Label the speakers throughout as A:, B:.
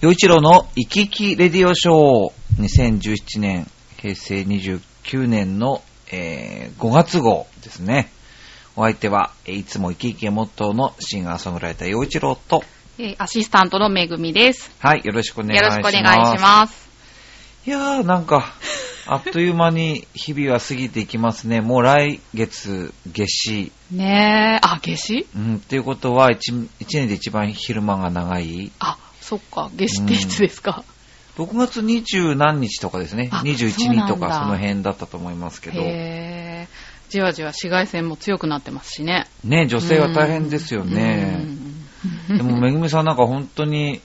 A: 洋一郎の生き生きレディオショー2017年平成29年の、えー5月号ですね。お相手は、えーいつも生き生きがモットーのシンガーソングライター洋一郎と、
B: えーアシスタントのめぐみです。
A: はい、よろしくお願い
B: よ
A: し
B: ろ
A: ます。
B: しくお願いします。
A: いやー、なんか、あっという間に日々は過ぎていきますね。もう来月、夏至。
B: ねえ、あ、夏至
A: うん、っていうことは1、一年で一番昼間が長い。
B: あ、そっか、夏至っていつですか。
A: 6月20何日とかですね。
B: あ
A: 21
B: そうなん
A: 日
B: だ
A: とかその辺だったと思いますけど。
B: へえ、じわじわ紫外線も強くなってますしね。
A: ね、女性は大変ですよ
B: う
A: ね。
B: ん。
A: で も、 めぐみさんなんか本当に、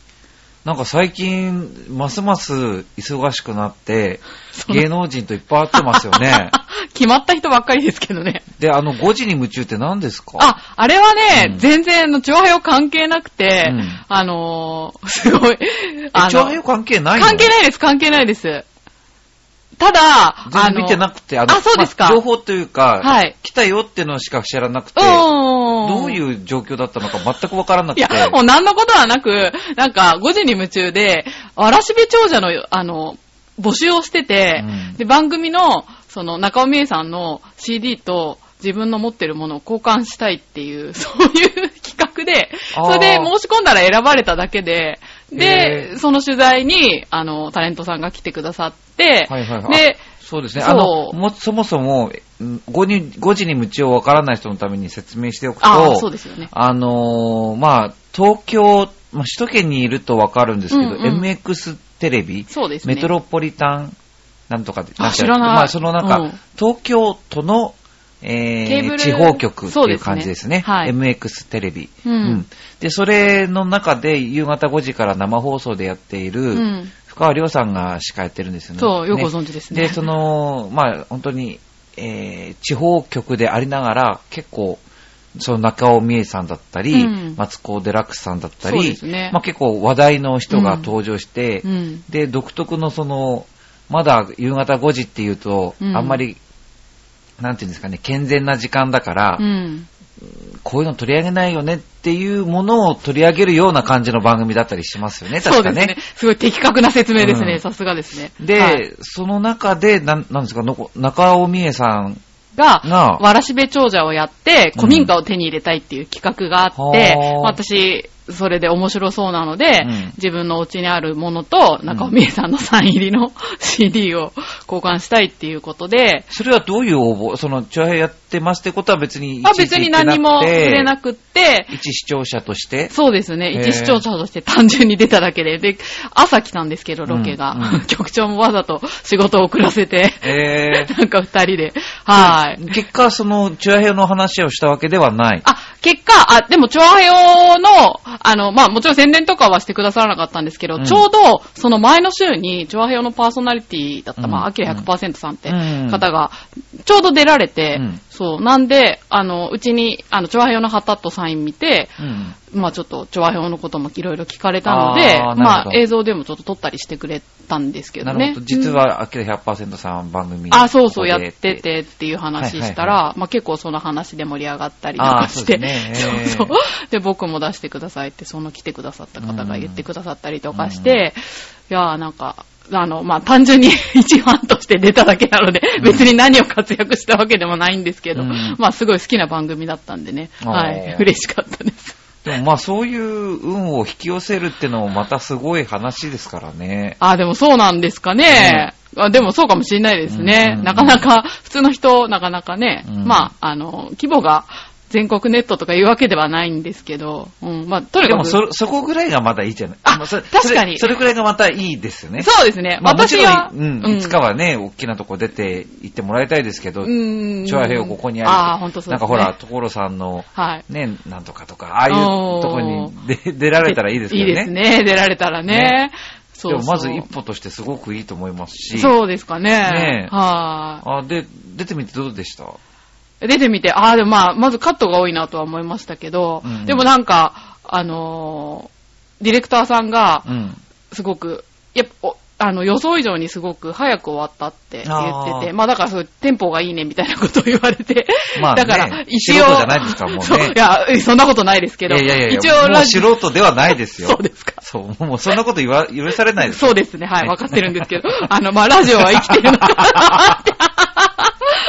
A: なんか最近、ますます忙しくなって、
B: そんな
A: 芸能人といっぱい会ってますよね。
B: 決まった人ばっかりですけど ね。
A: で、あの、5時に夢中って何ですか
B: あ、あれはね、
A: うん
B: 全然の、調和表関係なくて、
A: うん
B: あのー すごい、あの
A: え、長編関係ないの
B: 関係ないです、関係ないです。ただ、
A: 全
B: あ
A: 然
B: の、
A: 見てなくて、あ
B: あそうですか
A: 情報というか、
B: はい
A: 来たよってのしか知らなくて、ど
B: ど
A: ういう状況だったのか全くわからなく
B: い
A: て。
B: や、もう何のことはなく、なんか5時に夢中で、わらしべ長者の、あの、募集をしてて、
A: うん
B: で、番組の、その、中尾美恵さんの CD と自分の持ってるものを交換したいっていう、 そういう企画で、
A: あー
B: それで申し込んだら選ばれただけで、
A: へ
B: で、
A: ー
B: その取材に、あの、タレントさんが来てくださって、
A: はいはいはい。
B: で、
A: そうですね。
B: そう
A: あの、も、そもそも、うん5に5時に夢中をわからない人のために説明しておくと、
B: ああ、そうですよね。
A: あのーまあ、東京、まあ、首都圏にいるとわかるんですけど、
B: うんうん
A: MX テレビ、
B: そうですね。
A: メトロポリタン、なんとかで、
B: あ
A: んてう
B: 知らない
A: まあ、その中、
B: うん
A: 東京都の、え
B: ケーブ
A: ー、
B: ル
A: 地方局って
B: そう
A: い
B: で
A: う
B: すね
A: 感じですね。
B: はい
A: MX テレビ、
B: うん
A: で、それの中で夕方5時から生放送でやっている、
B: うん
A: 深川亮さんが司会やってるんですよね。
B: そうよくご存知ですね
A: で、その、まあ、本当に、えー地方局でありながら、結構、その中尾美恵さんだったり、
B: うん
A: マツコ・デラックスさんだった
B: そうで
A: り、
B: すね
A: まあ、結構話題の人が登場して、
B: うん。
A: で、独特のその、まだ夕方5時っていうと、
B: うん
A: あんまり、なんていうんですかね、健全な時間だから、
B: うん。
A: こういうの取り上げないよねっていうものを取り上げるような感じの番組だったりしますよね、
B: そ
A: 確
B: う
A: か
B: です
A: ね
B: ね。。すごい的確な説明です
A: う
B: ね。
A: ん
B: さすがですね。
A: で、
B: はい
A: その中で、なんなんですか、のこ中尾美恵さん、が
B: が、わらしべ長者をやって、古民家を手に入れたいっていう企画があって、
A: うんはあ
B: 私、それで面白そうなので、
A: うん
B: 自分のお家にあるものと、中尾美恵さんのサイン入りの CD を交換したいっていうことで、
A: それはどういう応募、その、チュアヘイやってますってことは別に、
B: まあ別に何も触れな
A: くて、
B: くって、
A: 一視聴者と して、
B: そうですね。
A: へー
B: 一視聴者として単純に出ただけで。で、朝来たんですけど、ロケが。
A: うんうん
B: 局長もわざと仕事を遅らせて、
A: え
B: なんか二人で。はい。
A: ー、結果、その、チュアヘイの話をしたわけではない。
B: あ、結果、あ、でも、調和用の、あの、まあ、もちろん宣伝とかはしてくださらなかったんですけど、
A: うん
B: ちょうど、その前の週に、調和用のパーソナリティだった、
A: うん
B: まあ、アキラ100%さんって
A: うん
B: 方が、ちょうど出られて、
A: うん
B: そう、なんで、あの、うちに、あの、調和用の旗とサイン見て、
A: うん。
B: まあ、ちょっと、調和用のこともいろいろ聞かれたので、
A: あーなるほど
B: まあ、映像でもちょっと撮ったりしてくれたんですけど
A: な
B: ね。
A: るほど。実
B: うん
A: は、アキラ100%さん番組。
B: あ、そうそ
A: こ
B: う、や
A: こ
B: っ
A: で
B: て。てっていう話した
A: はいは
B: ら、まあ結構その話で盛り上がったりとかして、
A: あ ーそうですね
B: そうそうで、僕も出してくださいって、その来てくださった方が言ってくださったりとかして、いやーなんか、あの、まあ、単純に 一ファンとして出ただけなので、別に何を活躍したわけでもないんですけど、
A: うん
B: まあ、すごい好きな番組だったんでね、
A: あー
B: はい、嬉しかったです。
A: でも、まあ、そういう運を引き寄せるってのもまたすごい話ですからね。
B: あ、でもそうなんですかね。あでもそうかもしれないですね。
A: うん
B: なかなか、普通の人、なかなかね、
A: うん
B: まあ、あの、規模が全国ネットとかいうわけではないんですけど、うん、まあ、とに
A: で
B: か
A: も
B: く、
A: そ、そこぐらいがまだいいじゃない。
B: あ
A: まそれ
B: 確かに
A: それそれぐらいがまたいいですよね。
B: そうですね。
A: まあ、も
B: 私
A: ちろ
B: は、
A: ん、うんいつかはね、大きなとこ出て行ってもらいたいですけど、
B: うん、
A: チョアヘヨここにある。
B: ああ、本当そう
A: な
B: で
A: ん
B: す、
A: か
B: ね。
A: ほら、、所さんの、
B: はい。
A: ね、なんとかとか、ああいうとこに出出られたらいいですよね。
B: いいですね。出られたらね。
A: ね
B: そうそう
A: でもまず一歩としてすごくいいと思いますし、
B: そうですかね。
A: ねえ
B: はい、
A: あで、出てみてどうでした
B: 出てみて、ああ、でもまあ、まずカットが多いなとは思いましたけど、
A: うん
B: でもなんか、あのーディレクターさんが
A: う、ん。
B: すごく、やっぱ、おあの、予想以上にすごく早く終わったって言ってて、
A: あー
B: まあだからそう、テンポがいいねみたいなことを言われて、
A: まあね
B: だから、一
A: 素
B: 応、
A: 人じゃないですからもうね
B: そういや、そんなことないですけ
A: い
B: ど、
A: やいやいや、
B: 一応
A: も
B: ラ
A: う
B: ジ
A: 素人ではないです
B: オ、
A: よ。
B: そうですか。
A: そう、もうそんなこと言わ、許されないです。
B: そうですね、はい、わかってるんですけど、 あの、まあラジオは生きてるのかなって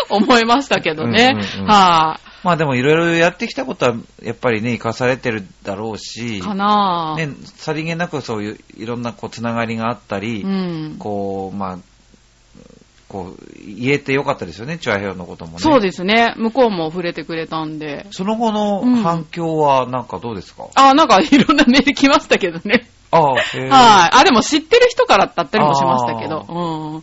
B: 思いましたけどね、
A: うんうんうん
B: は
A: まあでもいろいろやってきたことは、やっぱりね、生かされてるだろう
B: い、
A: し、
B: かなぁ、
A: ね、さりげなくそういういろんなこうつながりがあったり、
B: うん。
A: こう、まあ、こう、言えてよかったですよね、チュアヘヨのこともね。
B: そうですね。向こうも触れてくれたんで。
A: その後の反響はなんかどうですか、
B: あ、なんかい ろんなメール来ましたけどね。
A: ああ、へえ
B: はい。あ、でも知ってる人からだったりもしましたけど。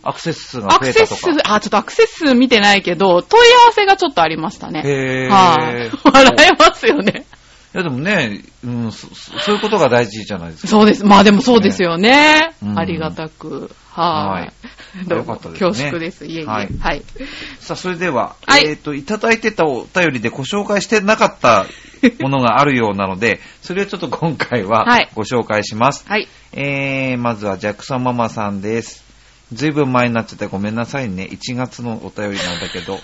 B: うん。
A: アクセス数が増
B: アク
A: え
B: セ
A: た
B: ス
A: と
B: 数
A: か。、
B: あ、ちょっとアクセス数見てないけど、問い合わせがちょっとありましたね。
A: へえ
B: はい。笑えますよね。
A: いやでもね、うんそ、そそういうことが大事じゃないですか。
B: そうです。まあでもそうですよね。
A: うん
B: ありがたく。は
A: はい
B: い。どう
A: よか
B: も
A: ったですね
B: 恐縮です。いえいえ。
A: は
B: はいい。
A: さあ、それでは、
B: はい
A: えっ、と、いただいてたお便りでご紹介してなかったものがあるようなので、それをちょっと今回は
B: はい
A: ご紹介します。
B: はい。
A: えー、まずはジャクソンママさんです。ずいぶん前になっちゃってごめんなさいね。1月のお便りなんだけど。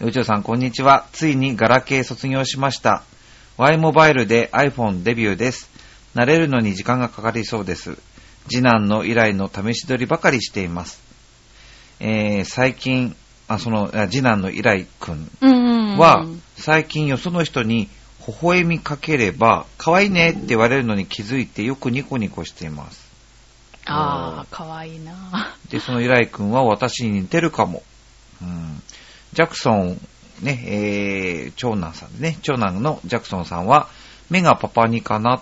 A: よいちょうさん、こんにちは。ついにガラケー卒業しました。Y モバイルで iPhone デビューです。慣れるのに時間がかかりそうです。次男の以来の試し撮りばかりしています。えー、最近、あ、その、あ次男の以来くん
B: うんうんうん。
A: は、最近よその人に微笑みかければ、可愛いねって言われるのに気づいてよくニコニコしています。
B: ああ、かわいいな
A: で、その依頼君は私に似てるかも。うん、ジャクソン、ね、えー、長男さんね、長男のジャクソンさんは、目がパパにかな。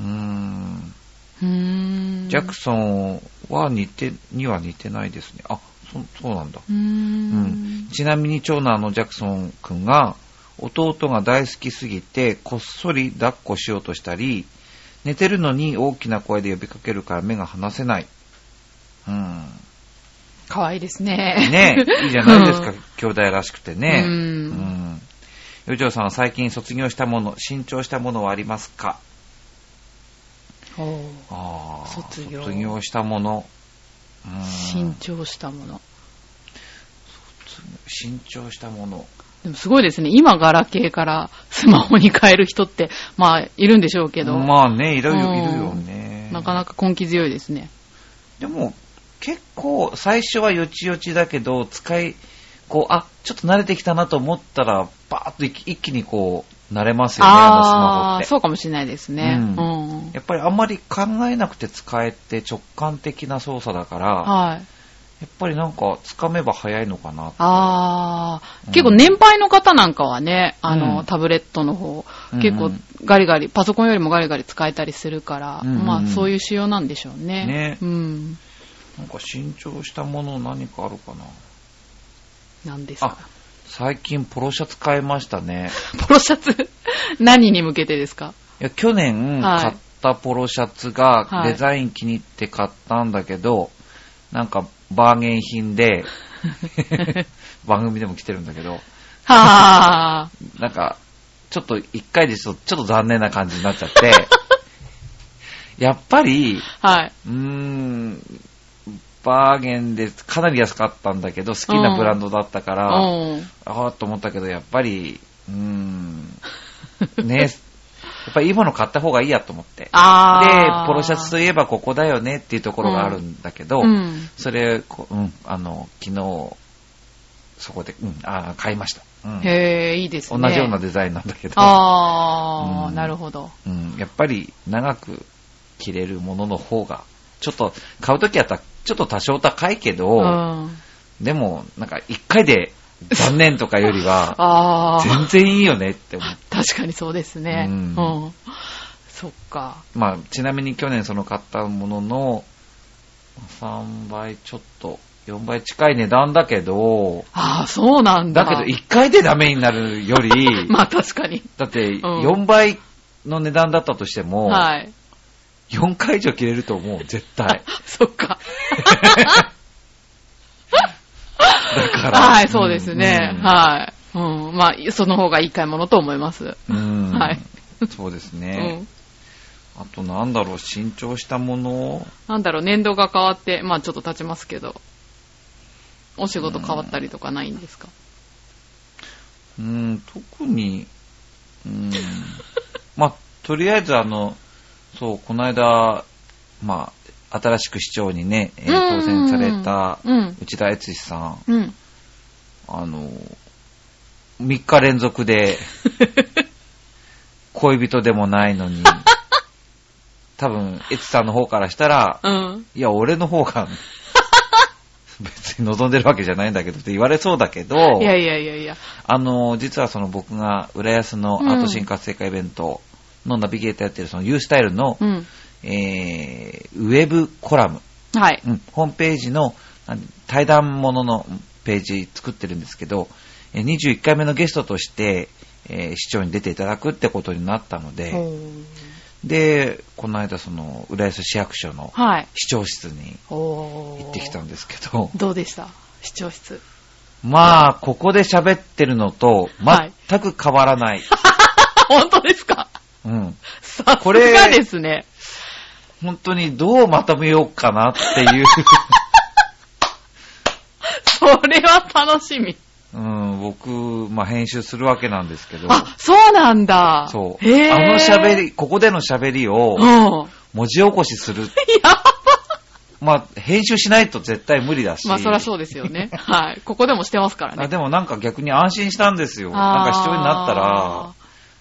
A: うーん、
B: うーん。
A: ジャクソンは似て、には似てないですね。あ、そ、そうなんだ。
B: うー
A: うん
B: ん。
A: ちなみに長男のジャクソン君が弟が大好きすぎてこっそり抱っこしようとしたり寝てるのに大きな声で呼びかけるから目が離せない。うん、
B: かわいいですね。
A: ね え、いいじゃないですか、
B: うん
A: 兄弟らしくてね。
B: うん
A: ん。よちょうさんは最近卒業したもの、新調したものはありますか
B: おう
A: あー
B: 卒業
A: 卒業したもの。うん
B: 新調したもの。
A: 新調したもの。
B: でもすごいですね。今、ガラケーから スマホに変える人って、まあ、いるんでしょうけど、
A: まあね、いろいろ
B: うん
A: いるよね。
B: なかなか根気強いですね。
A: でも、結構、最初はよちよちだけど、使い、こう、あ、ちょっと慣れてきたなと思ったら、バーッと一気一気にこう、慣れますよね、あのスマホ
B: あ
A: っ
B: あ、
A: て。
B: そうかもしれないですね。
A: う
B: うんん。
A: やっぱりあんまり考えなくて使えて直感的な操作だから、や
B: はい。
A: っぱりなんか、掴めば早いのかな。
B: あ
A: う
B: あ
A: ん、
B: 結構年配の方なんかはね、あの、
A: うん
B: タブレットの方
A: うんうん、
B: 結構ガリガリ、パソコンよりもガリガリ使えたりするから、
A: うんうんうん
B: まあ、そういう仕様なんでしょうね。
A: ね
B: うん。
A: なんか、新調したもの何かあるかな。
B: なんです
A: あ
B: か。、
A: 最近ポロシャツ買いましたね。
B: ポロシャ ツ何に向けてですか
A: いや、去年
B: はい
A: 買ったポロシャツが
B: はい
A: デザイン気に入って買ったんだけど、なんかバーゲン品 で、番組でも来てるんだけど、
B: はあ。
A: なんか、ちょっと一回ですとちょっと残念な感じになっちゃ って、やっぱり、
B: はい。
A: うーん、バーゲンでかなり安かったんだけど、好きなブランドだったから、
B: うん。
A: ああと思ったけど、やっぱり、うーん、 ね、やっぱりいいもの買った方がいいやと思って。
B: あ
A: で、
B: ー
A: ポロシャツといえばここだよねっていうところがあるんだけど、
B: うん
A: それ、こうん、あの、昨日、そこで、うん、あー買いました。うん
B: へえ、いいです
A: 同
B: ね。
A: じようなデザインなんだけど、
B: ああ、
A: うん
B: なるほど。
A: うん、やっぱり長く着れるものの方が、ちょっと、買うときはたちょっと多少高いけ
B: う
A: ど、
B: ん。あ
A: でも、なんか一回で残念とかよりは、
B: あー、
A: 全然いいよねって思って
B: 確かにそうですね。
A: う
B: うんん。そっか。
A: まあ、ちなみに去年その買ったものの、3倍ちょっと、4倍近い値段だけど、
B: ああ、そうなんだ。
A: だけど1回でダメになるより、
B: まあ確かに。
A: だって
B: ん
A: 4倍の値段だったとしても、
B: はい。
A: 4回以上着れると思う、絶 対。
B: そっか。
A: だから。
B: はい、そうですね。
A: うん
B: はい。うん。まあ、その方がいい買い物と思います。
A: うん
B: はい
A: そうです
B: う
A: ね。
B: ん。
A: あとなんだろう、新調したもの
B: なんだろう、年度が変わって、まあちょっと経ちますけど、お仕事変わったりとかないんですか、
A: うん、特に、うん、 まあ、とりあえずあの、そう、この間、まあ、新しく市長にね、えー当選された
B: うん
A: 内田悦司さん、
B: うん。
A: あの、3日連続 で、恋人でもないの に、多分、エツさんの方からしたら、
B: うん。
A: いや、俺の方 が、別に望んでるわけじゃないんだけどって言われそうだけど、
B: いやいやいやいや。
A: あの、実はその僕が浦安のアート新活性化イベントのナビゲーターやってるその U スタイルの、
B: うん。
A: えーウェブコラム、
B: はい。
A: うんホームページのなん対談もののページ作ってるんですけど、えー21回目のゲストとして、えー市長に出ていただくってことになったので、
B: ほう
A: で、この間その浦安市役所の
B: はい。
A: 市長室に
B: お
A: 行ってきたんですけど、
B: どうでした視聴室。
A: まあ、ここで喋ってるのと
B: はい
A: 全く変わらない。
B: あ、 本当ですか
A: うん
B: さす
A: これ
B: がですね。
A: 本当にどうまとめようかなっていう、
B: それは楽しみ。
A: うん、僕、まあ、編集するわけなんですけど、
B: あ、そうなんだ。
A: そう。
B: へー
A: あの喋。り、ここでの喋りを
B: うん。や
A: 文字起こしする。
B: ば
A: まあ、編集しないと絶対無理だし。
B: まあそりゃそうですよ ね。はい。ここでもしてますから
A: あ
B: ね。
A: でもなんか逆に安心したんですよ。なんか市長になったら、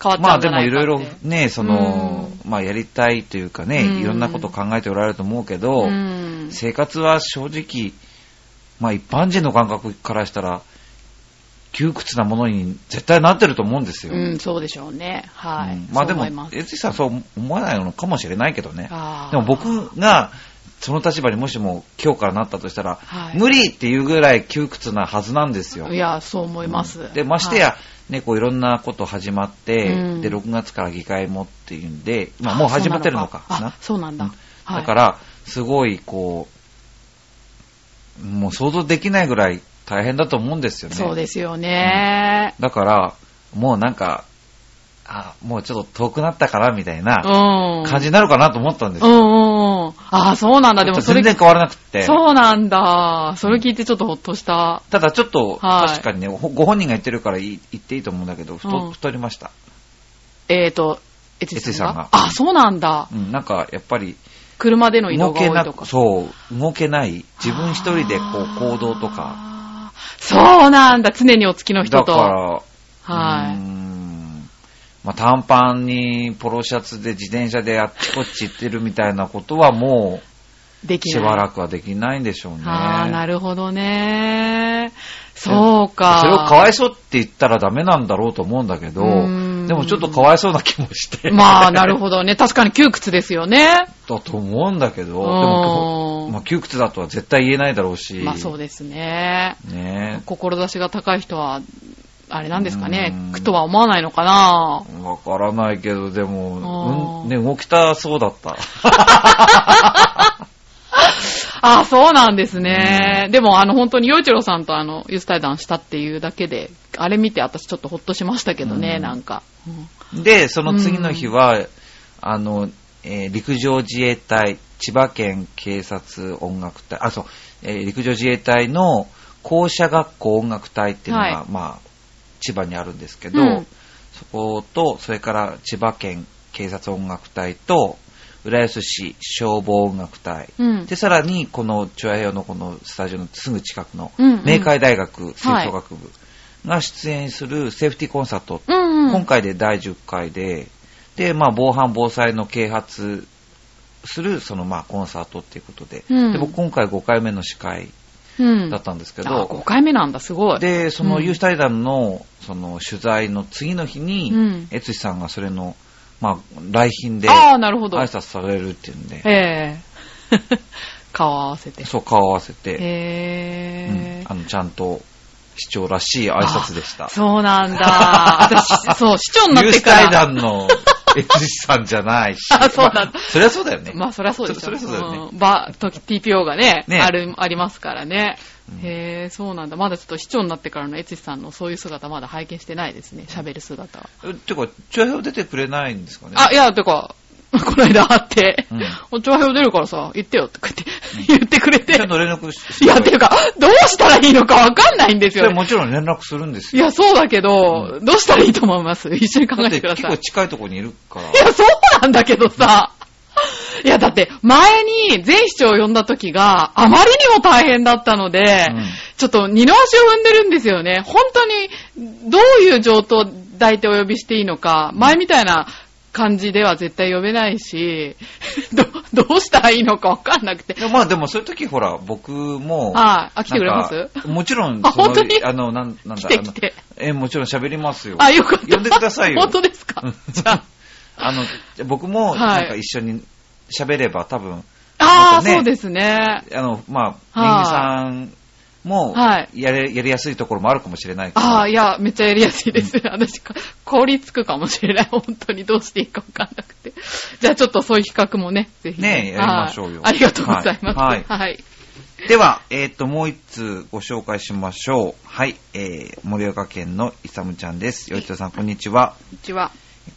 B: 変わっち
A: ま
B: ゃ
A: あ
B: うん
A: で
B: じゃな
A: も
B: い
A: い
B: かっ
A: ろ
B: て
A: いろね、その、まあやりたいというかね、
B: うん
A: いろんなこと考えておられると思うけど、
B: うん
A: 生活は正直、まあ一般人の感覚からしたら、窮屈なものに絶対なってると思うんですよ。
B: うん、そうでしょうね。はい。
A: うんまあでも
B: そう思いま、す
A: えつさんはそう思わないのかもしれないけどね。
B: あー
A: でも僕が、その立場にもしも今日からなったとしたら、
B: はい
A: 無理っていうぐらい窮屈なはずなんですよ。
B: いや、そう思います。
A: で、ましてや、ね、こういろんなこと始まって、
B: うん
A: で、6月から議会もっていうんで、
B: はい、
A: まあもう始まってるのかな。
B: あ、そうなんだ。はい
A: だから、すごいこう、もう想像できないぐらい大変だと思うんですよね。
B: そうですよね。
A: だから、もうなんか、あ、もうちょっと遠くなったからみたいな
B: うん。
A: 感じになるかなと思ったんです
B: う
A: よ。
B: んうんうん。ああ、そうなんだ。でもそれ
A: 全、然変わらなくって。
B: そうなんだ。それ聞いてちょっとほっとした。
A: ただちょっと、
B: はい
A: 確かにね、ほご本人が言ってるからい言っていいと思うんだけど、太,、
B: うん
A: 太りました。
B: えーと、え
A: エツ
B: つ
A: ジさ
B: さん
A: ん
B: が
A: が。
B: あ、そうなんだ
A: う。ん、なんかやっぱり、
B: 車での移
A: 動
B: 動が多
A: け
B: い
A: な
B: とか
A: く、。そう、動けない、自分一人でこう行動とか。
B: か。そうなんだ。常にお付きの人
A: だ
B: と。
A: から、うー
B: は
A: んまあ、短パンにポロシャツで自転車であっちこっち行ってるみたいなことはも
B: い。で
A: う
B: き
A: し
B: ない。
A: ばらくはできないんでしょうね。
B: ああ、な
A: る
B: るほどね。そうか。
A: それをかわいそうって言ったらダメなんだろうと思うんだけど、
B: うーん
A: でもちょっとかわいそうな気もして。
B: まあ、なるほどね。確かに窮屈ですよね。
A: だと思うんだけど、で
B: うーん
A: も、まあ、窮屈だとは絶対言えないだろうし。
B: まあそうですね。
A: ね
B: 志が高い人は、あれなんですかね
A: う。ん
B: 苦とは思わないのかな。
A: わからないけど、でも、
B: あー
A: うん、ね、動きたそうだ った。
B: ああ、そうなんですね。でも、あの、本当に、洋一郎さんと、あの、ユース対談したっていうだけで、あれ見て、私ちょっとほっとしましたけどね、
A: うん
B: なんか。うん
A: で、その次の日は、あの、えー陸上自衛隊、千葉県警察音楽隊、あ、そう、えー陸上自衛隊の校舎学校音楽隊っていうのが、
B: はい
A: まあ、千葉にあるんですけど、
B: うん
A: そこと、それから千葉県警察音楽隊と、浦安市消防音楽隊、
B: うん
A: で、さらに、この、チョアヘヨのこのスタジオのすぐ近くの
B: うんうん、
A: 明海大学吹奏楽部が出演するセーフティーコンサート
B: うん、う
A: 今
B: ん。
A: 回で第10回で、で、まあ、防犯防災の啓発する、その、まあ、コンサートっていうことで、
B: うん
A: で、僕今回5回目の司会
B: うん。
A: だったんですけ
B: あ
A: ど、
B: 5回目なんだ、すごい。
A: で、その、
B: うん
A: 有志対談の、その、取材の次の日に、
B: うん
A: えつしさんがそれの、まあ、来賓で、
B: ああ、
A: 挨
B: なるほど。
A: 拶されるっていうんで、
B: え え顔合わせて。
A: そう、顔合わせて、
B: へえ
A: うんあの、ちゃんと、市長らしい挨拶でした。
B: そうなんだ。 私、そう、市長になっ
A: 有
B: て
A: 志
B: から。、
A: 対談の、えつしさんじゃないし
B: あそうだ
A: まあそりゃそうだよね。
B: まあ、そりゃそうです
A: そりゃそうだよね。
B: バー、時 TPO がね、
A: ね
B: ある、ありますからね。
A: うん
B: へえ、そうなんだ。まだちょっと市長になってからのエツシさんのそういう姿まだ拝見してないですね。喋る姿は。
A: えてか、チュアヘヨ出てくれないんですかね
B: あ、いや、てか、 この間会って、
A: うん
B: お調和表出るからさ、言ってよってこうやって言ってくれて、
A: ちゃんと連絡し
B: いや、っていうか、どうしたらいいのかわかんないんです
A: それ
B: よ、
A: は
B: ね。
A: もちろん連絡するんです
B: い
A: よ。
B: や、そうだけど、どうしたらいいと思います一緒に考
A: だっ
B: え
A: て
B: てくだ
A: 結
B: さい。
A: 構
B: い
A: 近いところにいるから。
B: や、そうなんだけどさ。いや、だって、前に前市長を呼んだ時が、あまりにも大変だったので、
A: うん
B: ちょっと二の足を踏んでるんですよね。本当に、どういう状態でお呼びしていいのか、前みたいな感じでは絶対呼べないし、 ど、どうしたらいいのかわかんなくて
A: い。やまあでもそういう時ほら、僕も、
B: はい。あ、来てくれます
A: なんかもちろん、
B: あ
A: その
B: 本当に
A: あの、なん、なんだ、
B: 来て来て
A: あのえ、もちろん喋りますよ。
B: あ、よかった。
A: 呼んでくださいよ
B: 本当ですか
A: うん
B: じゃあ。
A: あの、僕も、
B: はい
A: なんか一緒に喋れば多分、
B: あ
A: なん
B: あ、
A: かね
B: そうですね。
A: あの、まあ、人
B: は
A: 間さんも、
B: はい
A: やれ、やりやすいところもあるかもしれないけど、
B: ああ、いや、めっちゃやりやすいです。私、か凍りつくかもしれない。 本当にどうしていいかわかんなくて。 じゃあちょっとそういう比較もね、ぜひ。
A: ねえやりましょうよ
B: はいありがとうございます。
A: はい
B: はい。
A: では、えっ、と、もう一つご紹介しましょう。はい、えー、盛岡県のいさむちゃんです。よいちょさん、こんにちは。
B: こんにちは。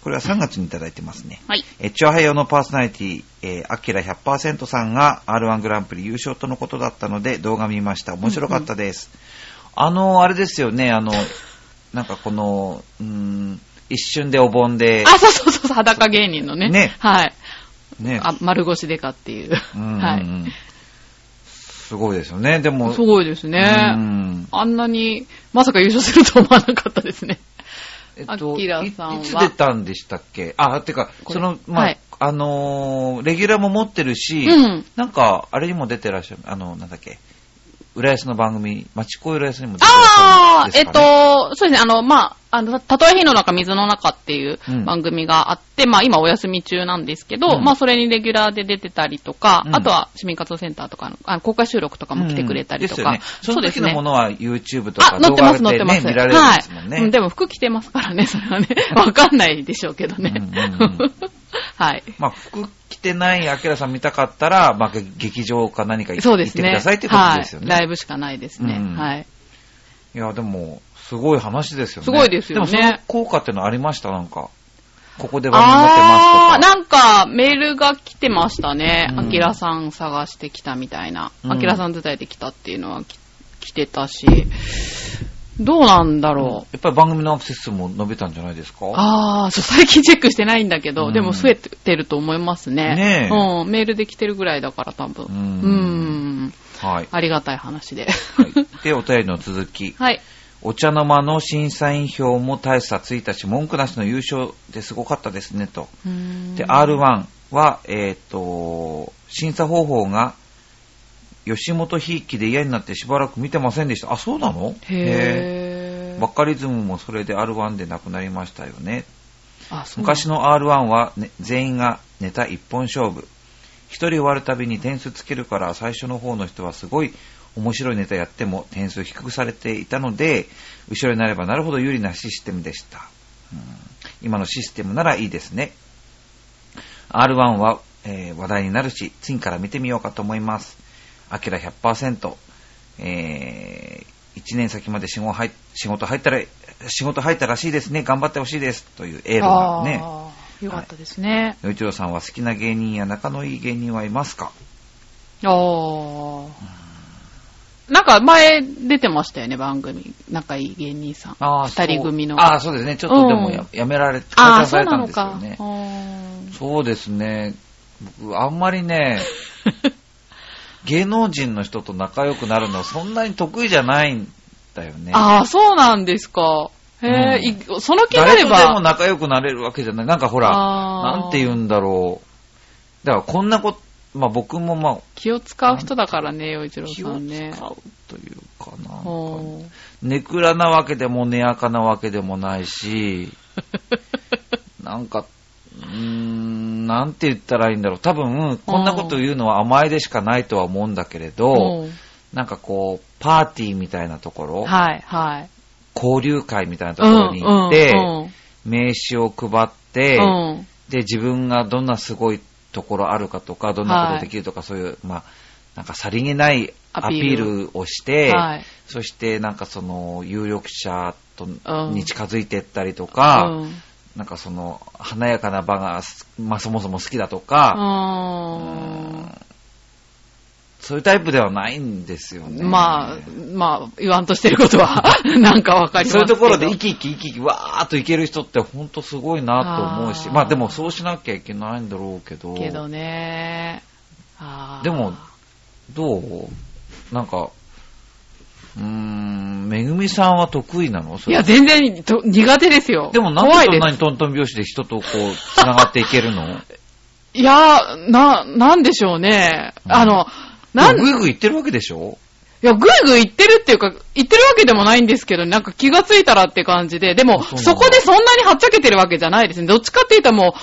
A: これは3月にいただいてますね。
B: はい。
A: えー、チュアヘヨのパーソナリティ、えー、アキラ100%さんが R1 グランプリ優勝とのことだったので動画見ました。面白かったです。あの、あれですよね、あの、なんかこの、うーん、一瞬でお盆で、
B: あ、そうそうそうそう、裸芸人のね。
A: ね
B: はい。
A: ね、
B: あ、丸腰でかっていう。
A: うんうんうん
B: はい。
A: すごいですよね、でも、
B: すごいです
A: う
B: ね。
A: ん
B: あんなに、まさか優勝すると思わなかったですね。
A: えっ
B: アキラさんはい
A: いつ出たんでしたっけあ、てか、
B: こ
A: そ
B: れ
A: の、まあ、
B: はい
A: あのーレギュラーも持ってるし、
B: うん
A: なんか、あれにも出てらっしゃる、あの、なんだっけ、浦安の番組、町子浦安にも出てらっしゃる
B: ああ
A: ん、で
B: え
A: す
B: っ
A: か、ね。
B: と、そうですね、あの、まあ、あの、たとえ火の中、水の中っていう
A: うん
B: 番組があって、まあ、今お休み中なんですけど、
A: うん
B: まあ、それにレギュラーで出てたりとか、
A: うん
B: あとは市民活動センターとかの、あの公開収録とかも来てくれたりと
A: うん
B: か
A: ですよね、、その時のものは YouTube とか
B: あ、載
A: 動
B: って
A: 画
B: ます、
A: で、ね、
B: 載ってます。
A: 見られるんですもんね。
B: はいうん。でも服着てますからね、 それ はね。わかんないでしょうけどね。
A: うんうんうん
B: はい。
A: まあ、服着てないアキラさん見たかったら、まあ、げ劇場か何か行
B: そう
A: っ
B: で
A: 行っ
B: す
A: てく
B: ね。
A: ださいってことですよね。
B: はい。ライブしかないですね。
A: うん
B: はい。
A: いや、でも、すごい話ですよね。
B: すごいですよね
A: でも、その効果ってのありましたなんか。ここで番組持って
B: あ
A: ます
B: ー、
A: とか。
B: なんか、メールが来てましたね。
A: うん
B: あきらさん探してきたみたいな。
A: うん
B: あきらさん伝えてきたっていうのはき来てたし。どうなんだろう。
A: やっぱり番組のアクセス数も伸びたんじゃないですか
B: あー、そう最近チェックしてないんだけど、
A: うん
B: でも増えてると思いますね。
A: ねえ
B: うん、メールで来てるぐらいだから多分。
A: う
B: うんん。
A: はい。
B: ありがたい話で。
A: はいで、お便りの続き。
B: はい。
A: お茶の間の審査員票も大差ついたし、文句なしの優勝ですごかったですね、と。で、R1 は、えっ、と、審査方法が、吉本ひいきで嫌になってしばらく見てませんでした。あ、そうなのへ
B: へ
A: ー
B: ー。
A: バカリズムもそれで R1 でなくなりましたよね。
B: あ、そうなんだ
A: 昔の R1 は、ね、全員がネタ一本勝負。一人終わるたびに点数つけるから最初の方の人はすごい面白いネタやっても点数低くされていたので、後ろになればなるほど有利なシステムでした。うん今のシステムならいいですね。R1 は、えー話題になるし、次から見てみようかと思います。アキラ100%、えー、1年先まで仕事入っ仕事入ったら、仕事入ったらしいですね。頑張ってほしいです。というエールがね。
B: あーよかったですね。
A: 与一郎さんは好きな芸人や仲のいい芸人はいますか
B: ああ。なんか前出てましたよね、番組。仲いい芸人さん。
A: そう
B: 二人組の。
A: ああ、そうですね。ちょっとでもや,、
B: うん
A: められ、解
B: あ
A: 散
B: ーそ
A: さ
B: う
A: れ
B: な
A: たん
B: の
A: ですよ
B: か。
A: ね
B: あ。ー
A: そうですね。僕、あんまり ね、芸能人の人と仲良くなるのそんなに得意じゃないんだよね。
B: あー、そうなんですか。へえ、いその気にな
A: 誰
B: れ
A: とでも
B: ば。
A: 仲良くなれるわけじゃない。なんかほら、
B: あー
A: なんて言うんだろう。だからこんなこと、まあ僕もまあ、
B: 気を使う人だからね、洋一郎
A: 気
B: さ
A: を
B: んね。
A: 使うというかななんか
B: ほう
A: ネクラなわけでもネアカなわけでもないし、なんか、うーん、なんて言ったらいいんだろう。多分、こんなこと言うのは甘えでしかないとは思うんだけれど、
B: うん
A: なんかこう、パーティーみたいなところ、
B: はい、はい。
A: 交流会みたいなところに行って、
B: うん
A: 名刺を配って、
B: うんうん
A: で、自分がどんなすごいところあるかとか、どんなことできるとか、そういう、まあ、なんかさりげないア
B: ア
A: ピ
B: ピール
A: ールをして、
B: はい
A: そしてなんかその有力者と
B: うん
A: に近づいていったりと
B: う
A: か、
B: ん
A: なんかその、華やかな場がす、まあそもそも好きだとか、
B: あ
A: そういうタイプではないんですよ
B: ー
A: ね。
B: まあ、まあ、言わんとしてることは、 なんかわかります
A: そう
B: け
A: いう
B: ど。
A: ところで生き生き生き生きわーっといける人ってほんとすごいなと思うし、
B: あー
A: まあでもそうしなきゃいけないんだろうけど、
B: けどね。あー
A: でもどうなんか、うーん、めぐみさんは得意なのそ
B: い
A: れ
B: や、全然と苦手ですよ。
A: でもなんで
B: 怖い
A: そん
B: で
A: な
B: す。
A: にトントン拍子で人とこう、繋がっていけるの
B: いやー、な、なんでしょうね。
A: うん
B: あの、 な
A: なん
B: ん、
A: ぐいぐい言ってるわけでしょ
B: いや、ぐいぐい言ってるっていうか、言ってるわけでもないんですけど、なんか気がついたらって感じで、でも、
A: あそうなんだ
B: そこでそんなにはっちゃけてるわけじゃないですね。どっちかって言ったらも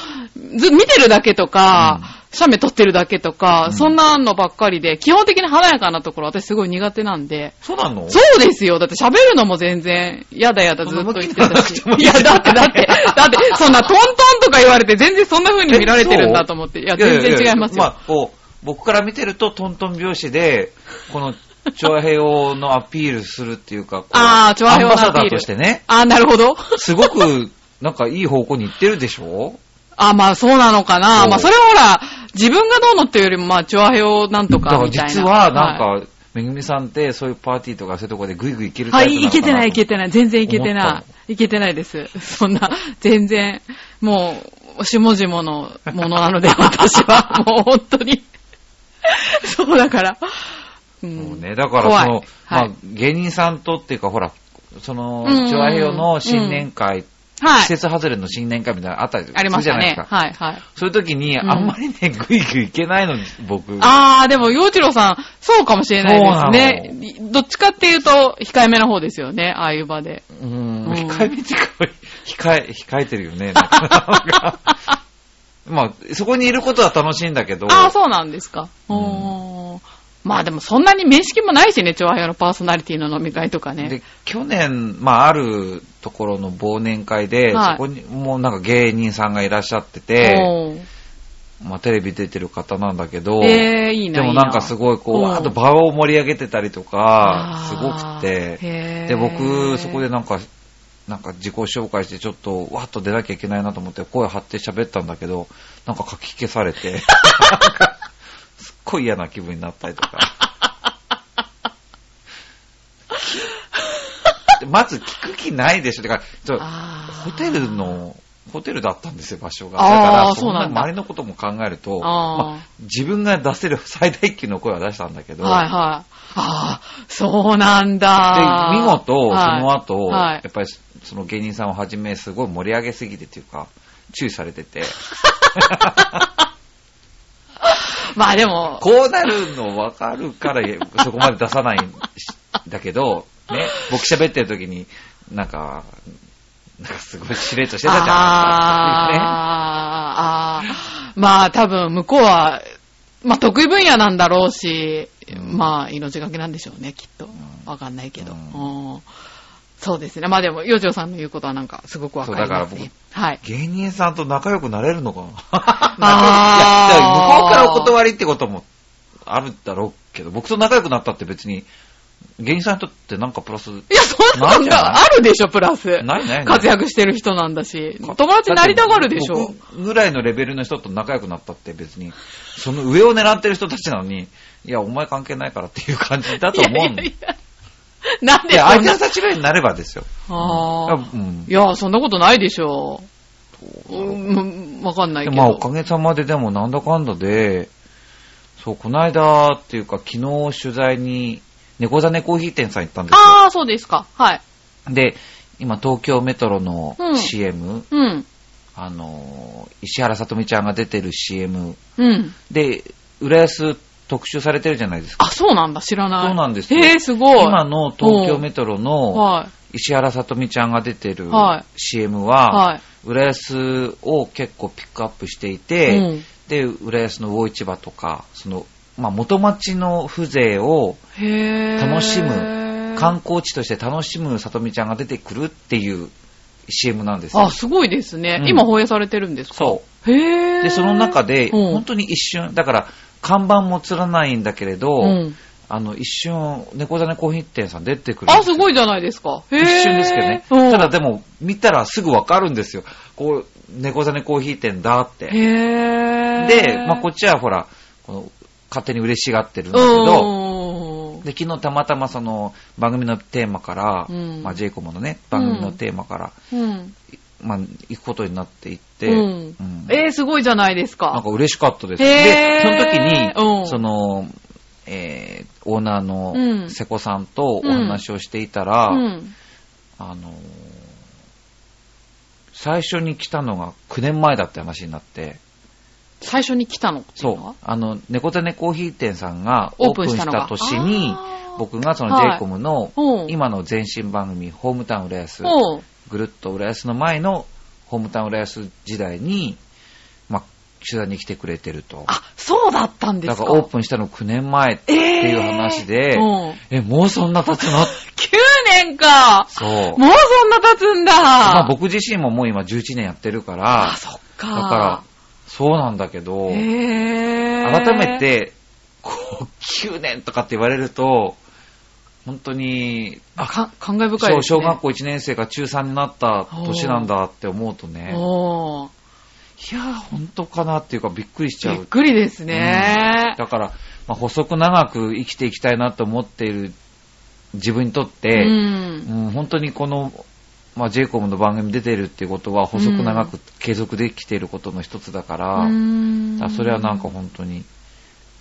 B: う、ず見てるだけとか、写メ撮ってるだけと
A: う
B: か、
A: ん
B: そんなのばっかりで、基本的に華やかなところ私すごい苦手なんで。
A: そうなの
B: そうですよ。だって喋るのも全然、やだやだずっと言ってたし
A: そんな。向
B: い
A: きにな
B: や、
A: ら
B: だ
A: な
B: ってだって、だって、そんなトントンとか言われて全然そんな風に見られてるんだと思って。いや、全然違いますよ。
A: まあ、こう、僕から見てると、トントン拍子で、この、長平をのアピールするっていうか、こう
B: あーチョアヘオ
A: ア
B: の
A: ン
B: ア
A: バ
B: ピ
A: サダー
B: ール
A: としてね、
B: あー、なるほど。
A: すごく、なんかいい方向に行ってるでしょ
B: あ、まあそうなのか
A: そ
B: な。
A: う
B: まあそれはほら、自分がどうのっていうよりも、まあ、チョアヘオなんと
A: だか
B: からみたいな。
A: 実は、なんか、
B: はい、
A: めぐみさんって、そういうパーティーとかそういうところでぐいぐい行けるタ
B: は
A: イプ
B: い、いけてない、いけ
A: て
B: てない。全然いけて
A: 思っ
B: な
A: た
B: い。いけてないです。 そんな、全然、もう、下々のものな ので、私は、もう本当に。 そうだから。うん
A: そうね、だからその、
B: 怖い
A: ま
B: は
A: あ
B: い、
A: 芸人さんとっていうか、ほら、その
B: うんうんうん、
A: チョアヘオの新年会、
B: は
A: 季
B: い。
A: 節外れの新年会みたいなのあったりす
B: あり
A: る
B: まし
A: じゃ
B: た
A: ないです
B: ね。
A: か。
B: はい、はい。
A: そういう時に、
B: うん
A: あんまりね、ぐいぐい行けないの、僕。
B: あー、でも、洋一郎さん、そうかもしれないです
A: そう
B: ね。どっちかっていうと、控えめの方ですよね、ああいう場で。
A: うーん
B: うん
A: 控えめっていうか、控え、控えてるよ ね。なんかまあ、そこにいることは楽しいんだけど、
B: ああ、そうなんですか。
A: うん
B: おーまあでもそんなに面識もないしね、調和表のパーソナリティの飲み会とかね。
A: で、去年、まあ、あるところの忘年会で、
B: はい
A: そこに、もうなんか芸人さんがいらっしゃってて、
B: おー
A: まあ、テレビ出てる方なんだけど、
B: えー、いいな。
A: でもなんかす
B: い
A: ごいこ
B: う
A: う、
B: ん
A: わーっと場を盛り上げてたりとか、すご
B: あー
A: くて、
B: へー
A: で、僕、そこでなんか、なんか自己紹介してちょっと、わーっと出なきゃいけないなと思って声張って喋ったんだけど、なんか書き消され て、なんかすっごい嫌な気分になったりと か。でまず聞く気ないでしょ。だからちょ、
B: あ
A: ホ
B: ー
A: テルの、ホテルだったんですよ、場所が。だ
B: あー
A: から、そ
B: そうん
A: な
B: なんだ
A: 周りのことも考えると、
B: あー
A: まあ自分が出せる最大級の声は出したんだけど、
B: はいはい。ああ、そうなんだ。
A: で、見事、そ
B: はい
A: の後、
B: はい
A: やっぱりその芸人さんをはじめ、すごい盛り上げすぎてっていうか、注意されてて、
B: まあでも、
A: こうなるの分かる から、そこまで出さないんだけど、ね、僕喋ってる時に、なんか、なんかすごいしれっとしてたじゃん。
B: あーあー、まあ多分向こうは、まあ得意分野なんだろうし、
A: うん
B: まあ命がけなんでしょうね、きっと
A: ん。
B: わかんないけど。
A: うん
B: うんそうですね。まあでも、洋次郎さんの言うことはなんかすごくわかります
A: そうだ
B: ね。はい。
A: 芸人さんと仲良くなれるのかな
B: あー
A: 仲良くいやだから向こうからお断りってこともあるだろうけど、僕と仲良くなったって別に、芸人さんにとってなんかプラス、
B: いや、そんな
A: ないん
B: の
A: じゃない
B: があるでしょ、プラス。
A: ないないない
B: 活躍してる人なんだし。友達になりたがるでし
A: だっ
B: ょ
A: て。僕ぐらいのレベルの人と仲良くなったって別に、その上を狙ってる人たちなのに、いや、お前関係ないからっていう感じだと思
B: いや
A: うん
B: い
A: で。
B: や
A: い
B: いやなんで
A: や、
B: そ
A: 相
B: ん
A: 手
B: な
A: の立場になればですよ。
B: ああ、
A: うん
B: いや、そんなことないでしょう。うん、わかんないけど。
A: まあ、おかげさまででもなんだかんだで、そう、この間っていうか昨日取材に、猫座猫コーヒー店さん行ったんですよ。
B: ああ、そうですか。はい。
A: で、今東京メトロの
B: うん
A: CM、
B: うん。
A: あのー、石原さとみちゃんが出てる CM
B: うん。
A: で、浦安特集されてるじゃないですか。
B: あ、そうなんだ。知らない。
A: そうなんですよ
B: へえ、すごい。
A: 今の東京メトロの
B: は
A: 石原さとみちゃんが出てる
B: はい
A: CM
B: い。
A: は、
B: はい。
A: 浦安を結構ピックアップしていて、
B: うん
A: で、浦安の魚市場とか、その、まあ、元町の風情を
B: へえ。
A: 楽しむ、観光地として楽しむさとみちゃんが出てくるっていう CM なんですよ
B: あ、。すごいですね。
A: うん
B: 今放映されてるんですか。
A: そう
B: へえ。
A: で、その中で、
B: うん
A: 本当に一瞬、だから、看板も映らないんだけれど、
B: うん
A: あの、一瞬、猫種コーヒー店さん出てくる。
B: あ、すごいじゃないですか。へー
A: 一瞬ですけどね。
B: うん
A: ただでも、見たらすぐわかるんですよ。こう、猫種コーヒー店だって。
B: へー
A: で、まあ、こっちはほら、この勝手に嬉しがってるんだけど、
B: うん
A: で、昨日たまたまその、番組のテーマから、
B: うん
A: まあ、ジェイコムのね、番組のテーマから、
B: うん。
A: まあ、行くことになっていって、
B: うん
A: うん
B: えー、すごいじゃないです
A: なん
B: か
A: か。嬉しかったです。
B: へ
A: で
B: ー、
A: その時に、
B: うん
A: その、えーオーナー
B: うん
A: の瀬古さんとお話をしていたら、
B: うん。
A: あのー最初に来たのが9年前だって話になって、
B: 最初に来たのっていのは
A: そう、あの、猫種コーヒー店さんが
B: オ
A: オー
B: ープ
A: プ
B: ン
A: ン
B: し
A: した
B: のが
A: た年に
B: あー、
A: 僕がその
B: はい
A: j イコムの
B: うん
A: 今の前身番組、ホームタウン浦安、
B: おう
A: ぐるっと浦安の前のホームタウン浦安時代に、まあ、取材に来てくれてると。
B: あ、そうだったんで
A: だ
B: す
A: か
B: か。
A: らオープンしたの9年前っていう話で、え
B: えーうん
A: もうそんな経つの
B: 9年か
A: そう。
B: もうそんな経つんだ
A: まあ僕自身ももう今11年やってるから、
B: あ、そっか。
A: だから、そうなんだけど、
B: へー
A: 改め、て、こう、9年とかって言われると、本当に、あ、
B: か感慨深い
A: そう、
B: です
A: 小
B: ね。
A: 学校1年生が中3になった年なんだって思うとね、い
B: おー
A: やー、本当かなっていうかびっくりしちゃ
B: びっ
A: う。
B: くりですね。
A: だから、まあ、細く長く生きていきたいなと思っている自分にとっ
B: う
A: て、
B: ん。
A: うん本当にこの、まあ、j イコムの番組に出てるっていうことは細く長く継続できていることの一つだから、
B: うん
A: あそれはなんか本当に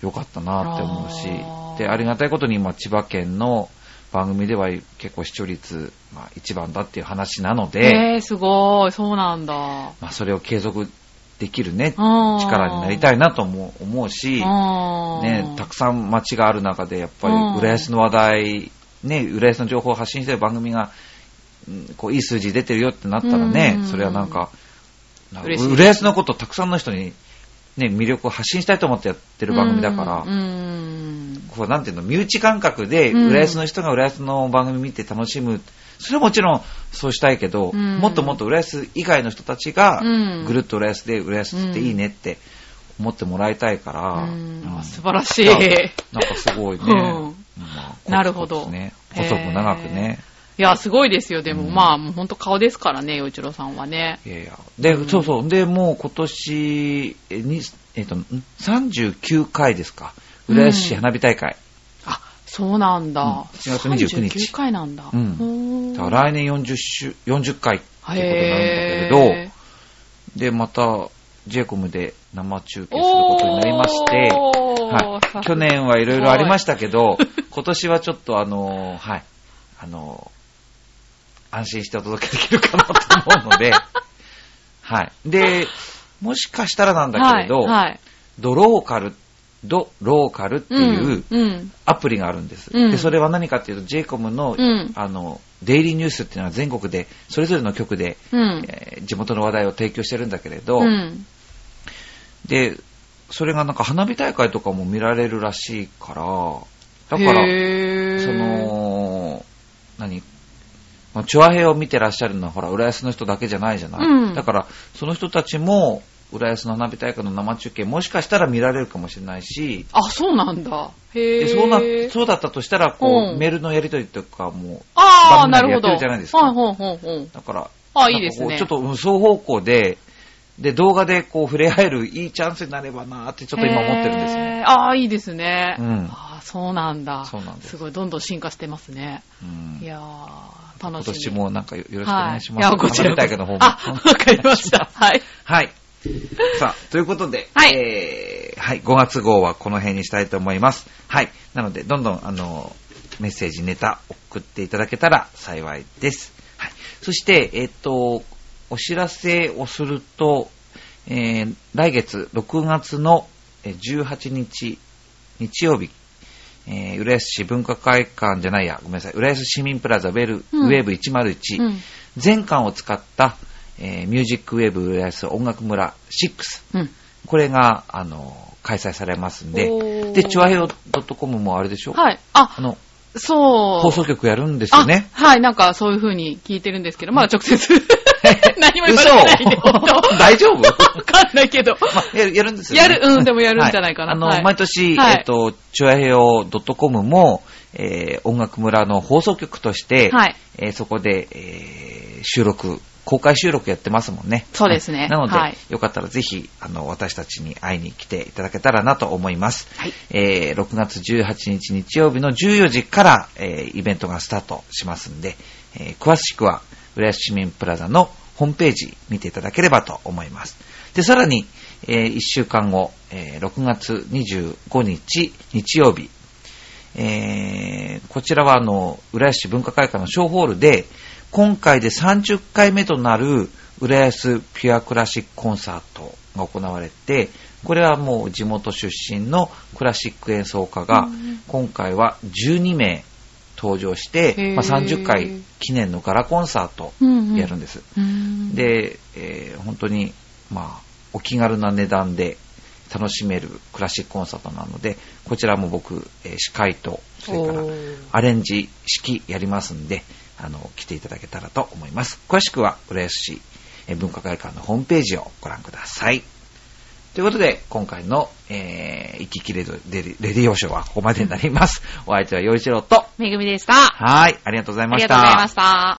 A: 良かったなって思うし
B: あー
A: でありがたいことに今千葉県の番組では結構視聴率、まあ、一番だっていう話なので、
B: えー、すごい。そうなんだ。
A: まあ、それを継続できるね力
B: 力
A: になりたいなとも思うし、ね、たくさん街がある中でやっぱり
B: うん
A: 浦安の話題、ね、浦安の情報を発信してる番組がうんこういい数字出てるよってなったらね、
B: うん
A: それはなんかなんか
B: 嬉しい
A: 浦安のことをたくさんの人に、ね、魅力を発信したいと思ってやってる番組だから、
B: うんうん
A: こうなんていうの身内感覚で
B: うん
A: 浦安の人が浦安の番組見て楽しむそれはもちろんそうしたいけど、
B: うん
A: もっともっと浦安以外の人たちが
B: うん
A: ぐるっと浦安で浦安っていいねって思ってもらいたいから、
B: うん
A: うん
B: 素晴らしい。
A: い やなんかすごいね。
B: う
A: まあ
B: なるほ
A: コ
B: ど
A: ツコツね、細く長くね。
B: いや、すごいですよ。でも、
A: うん
B: まあ、もう本当顔ですからね、洋一郎さんはね。
A: いやいや。で、
B: うん
A: そうそう。で、もう今年、えにえっと、ん39回ですか。浦安市花火大会。
B: あ、そうなんだ。
A: うん7月29日
B: 39回なんだ。
A: うん
B: ほー
A: だから来年40周、40回ってことになるんだけれ
B: へー
A: ど、で、また、j イコムで生中継することになりまして、
B: おー
A: は
B: さ
A: い、
B: す
A: 去年はいろいろありましたけど、 今年はちょっとあのーはい、あのー安心してお届けできるかなと思う ので、はい。で、もしかしたらなんだけれど、
B: はいはい
A: ドローカル、ドローカルっていう
B: うんうん
A: アプリがあるんです。
B: うん
A: で、それは何かっていうと、j イコムの、
B: うん
A: あの、デイリーニュースっていうのは全国で、それぞれの局で、
B: うん
A: えー地元の話題を提供してるんだけれど、
B: うん
A: で、それがなんか花火大会とかも見られるらしいから、だから、
B: へー
A: その、何まあチュアヘイを見てらっしゃるのは、ほら、浦安の人だけじゃないじゃない。
B: うん
A: だから、その人たちも、浦安の花火大会の生中継、もしかしたら見られるかもしれないし、
B: あ、そうなんだ。へ
A: で
B: え。
A: そうなそうだったとしたら、こう、
B: うん
A: メールのやり取りとかも、
B: ああ、
A: 番組
B: な
A: 内で
B: るほど。
A: やってるじゃないですか
B: はい、ほんほんほん。
A: だから、
B: あいいですね
A: なんかこうちょっとうん双方向で、で、動画でこう触れ合えるいいチャンスになればなーってちょっと今思ってるんですね。
B: へー。ああ、いいですね。
A: うん
B: ああ、そうなんだ。
A: そうなんです
B: ごい、どんどん進化してますね。
A: うん
B: いやー、
A: 今
B: 楽しみ。
A: 年もなんかよろしくお願いします。
B: はい、いや、こちら
A: 花火大会の方も。
B: あ、わかりました。はい。
A: はい。さあ、ということで、
B: はい
A: えーはい、5月号はこの辺にしたいと思います。はい。なので、どんどん、あの、メッセージ、ネタ送っていただけたら幸いです。はい。そして、えっ、と、お知らせをすると、えー来月6月のえー18日、日曜日、えー浦安市文化会館じゃないや、ごめんなさい、浦安市民プラザウェル、
B: うん
A: ウェーブ101、
B: うん
A: 全館を使った、えーミュージックウェーブ浦安音楽村6。
B: うん。
A: これが、あの、開催されますんで
B: おー、
A: で、チュアヘオ .com もあれでしょ
B: はい。
A: あ
B: あ、
A: の、
B: そう。
A: 放送局やるんですよね。
B: あはい、なんかそういう風に聞いてるんですけど、まだ直接 何も言われてないんで、本 当
A: 大丈夫
B: わかんないけど。
A: まあやるやるんですよ、ね。
B: やるうんでもやるんじゃないか
A: は
B: な
A: あの、
B: はい
A: 毎年、
B: はい
A: えっ、と、チョアヘオ .com も、えー音楽村の放送局として、
B: はい
A: えーそこで、えー収録、公開収録やってますもんね。
B: そうですね
A: はいなので、
B: はい
A: よかったらぜひ、あの、私たちに会いに来ていただけたらなと思います。
B: はい
A: えー6月18日日曜日の14時から、えーイベントがスタートしますんで、えー詳しくは、浦安市民プラザのホームページ見ていただければと思います。で、さらに、え1週間後、えー6月25日日曜日、えーこちらはあの、浦安市文化会館の小ホールで、今回で30回目となる浦安ピュアクラシックコンサートが行われて、これはもう地元出身のクラシック演奏家が
B: うん、
A: 今回は12名登場して、まあ、
B: へー
A: 30回記念のガラコンサート
B: うんうん
A: やるんです。
B: うん
A: で、えー本当に、まあ、お気軽な値段で楽しめるクラシックコンサートなので、こちらも僕、えー司会と、それから
B: おー
A: アレンジ式やりますんで、あの、来ていただけたらと思います。詳しくは、浦安市えー文化会館のホームページをご覧ください。ということで、今回の、えー、行き来レディレディレディオショーはここまでになります。お相手は陽一郎と、
B: めぐみでした。あ
A: はい、ありがとうございま
B: り
A: し
B: がと
A: た。
B: うございました。